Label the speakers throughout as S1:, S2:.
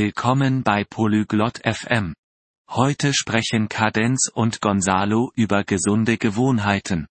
S1: Willkommen bei Polyglot FM. Heute sprechen Cadenz und Gonzalo über gesunde Gewohnheiten.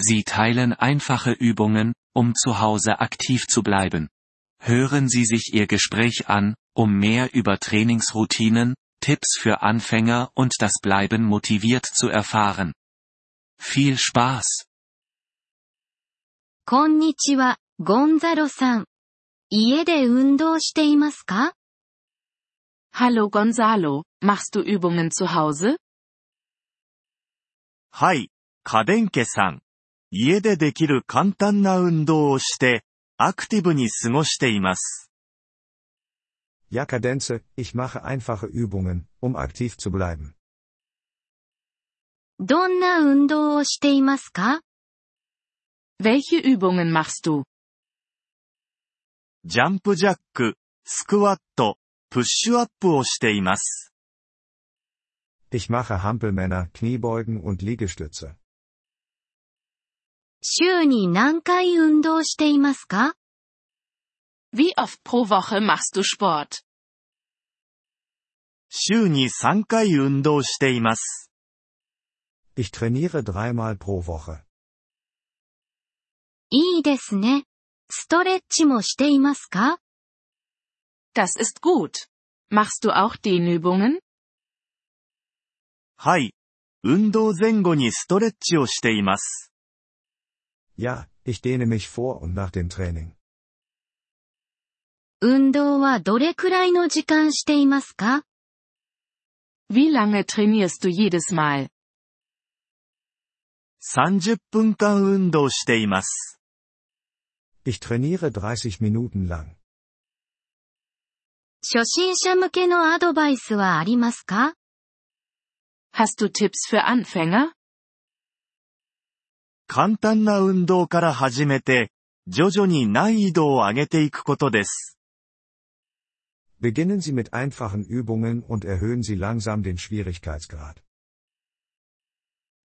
S1: Sie teilen einfache Übungen, um zu Hause aktiv zu bleiben. Hören Sie sich Ihr Gespräch an, um mehr über Trainingsroutinen, Tipps für Anfänger und das Bleiben motiviert zu erfahren. Viel Spaß!
S2: こんにちは、ゴンザロさん。家で運動していますか
S3: Hallo Gonzalo, machst du Übungen zu Hause?
S4: はい、家電家さん。家でできる簡単な運動をして、アクティブに過ごしています。
S5: Ja, Kadenze, ich mache einfache Übungen, um aktiv zu bleiben.
S2: どんな運動をしていますか
S3: Welche Übungen machst du?
S4: ジャンプジャック、スクワット、プッシュアップをしています。
S5: Ich mache Hampelmänner, Kniebeugen und Liegestütze.
S2: 週に何回運動していますか
S3: Wie oft pro Woche machst du Sport?
S4: 週に3回運動しています。
S5: Ich trainiere dreimal pro Woche.
S2: いいですね。ストレッチもしていますか
S3: Das ist gut. Machst du auch Dehnübungen?
S4: はい。運動前後にストレッチをしています。
S5: Ja, ich dehne mich vor und nach dem Training.
S2: 運動はどれくらいの時間していますか
S3: Wie lange trainierst du jedes Mal?
S4: 30分間運動しています。
S5: Ich trainiere 30 Minuten lang.
S2: 初心者向けのアドバイスはありますか
S3: Hast du Tipps für Anfänger?
S4: 簡単な運動から始めて、徐々に難易度を上げていくことです。
S5: Beginnen Sie mit einfachen Übungen und erhöhen Sie langsam den Schwierigkeitsgrad.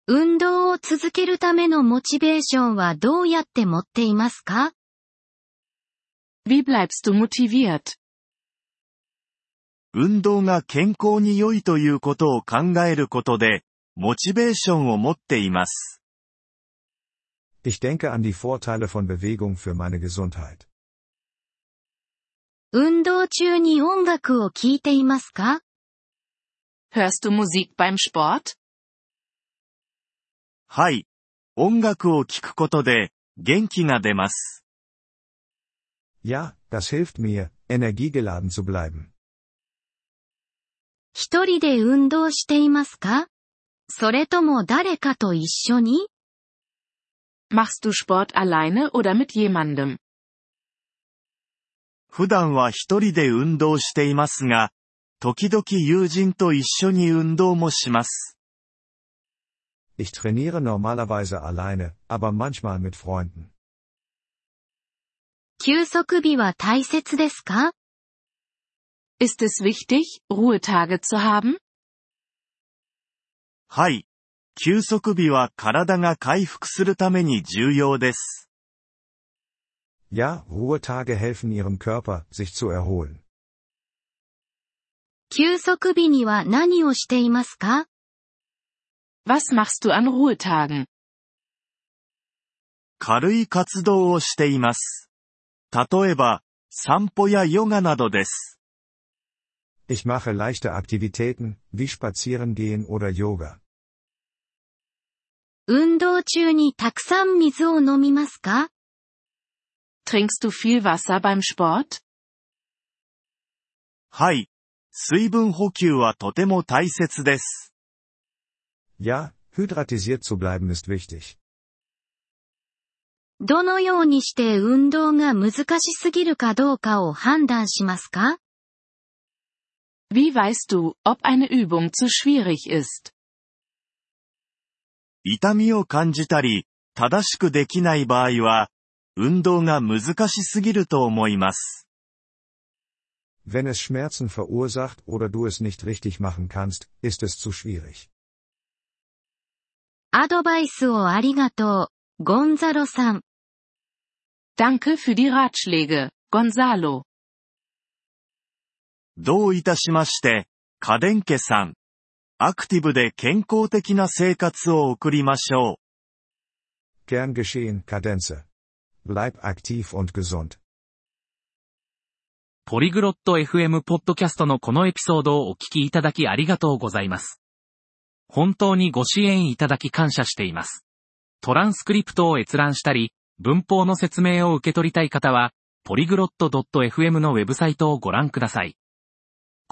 S2: 運動を続けるためのモチベーションはどうやって持っていますか
S3: Wie bleibst du motiviert?
S4: 運動が健康に良いということを考えることで、モチベーションを持っています。
S5: Ich denke an die Vorteile von Bewegung für meine Gesundheit.
S2: 運動中に音楽を聴いていますか
S3: Hörst du Musik beim Sport?
S4: はい。音楽を聴くことで、元気が出ます。
S5: Ja, das hilft mir, energiegeladen zu bleiben.
S2: 一人で運動していますかそれとも誰かと一緒に
S3: Machst du Sport alleine oder mit jemandem?
S4: 普段は一人で運動していますが、時々友人と一緒に運動もします。
S5: Ich trainiere normalerweise alleine, aber manchmal mit Freunden.
S2: 休息日は大切ですか
S3: Ist es wichtig, Ruhetage zu haben?
S4: はい。休息日は体が回復するために重要です。
S5: Ja, Ruhetage helfen Ihrem Körper, sich zu erholen.
S2: 休息日には何をしていますか
S3: Was machst du an Ruhetagen?
S4: 軽い活動をしています。例えば、散歩やヨガなどです。
S5: Ich mache leichte Aktivitäten, wie Spazierengehen oder Yoga.
S2: 運動中にたくさん水を飲みますか
S3: Trinkst du viel Wasser beim Sport?
S4: はい。水分補給はとても大切です。
S5: Ja, hydratisiert zu bleiben ist wichtig.
S2: どのようにして運動が難しすぎるかどうかを判断しますか
S3: Wie weißt du, ob eine Übung zu schwierig ist?
S4: 痛みを感じたり、正しくできない場合は、運動が難しすぎると思います。
S5: Wenn es Schmerzen verursacht oder du es nicht richtig machen kannst, ist es zu schwierig.
S2: アドバイスをありがとう、ゴンザロさん。
S3: Danke für die Ratschläge, Gonzalo.
S4: どういたしまして、家電家さん。アクティブで健康的な生活を送りましょう。
S5: Gern geschehen, Kadenze. Bleib aktiv und gesund.
S6: ポリグロット FM ポッドキャストのこのエピソードをお聞きいただきありがとうございます。本当にご支援いただき感謝しています。トランスクリプトを閲覧したり、文法の説明を受け取りたい方は、ポリグロット .fm のウェブサイトをご覧ください。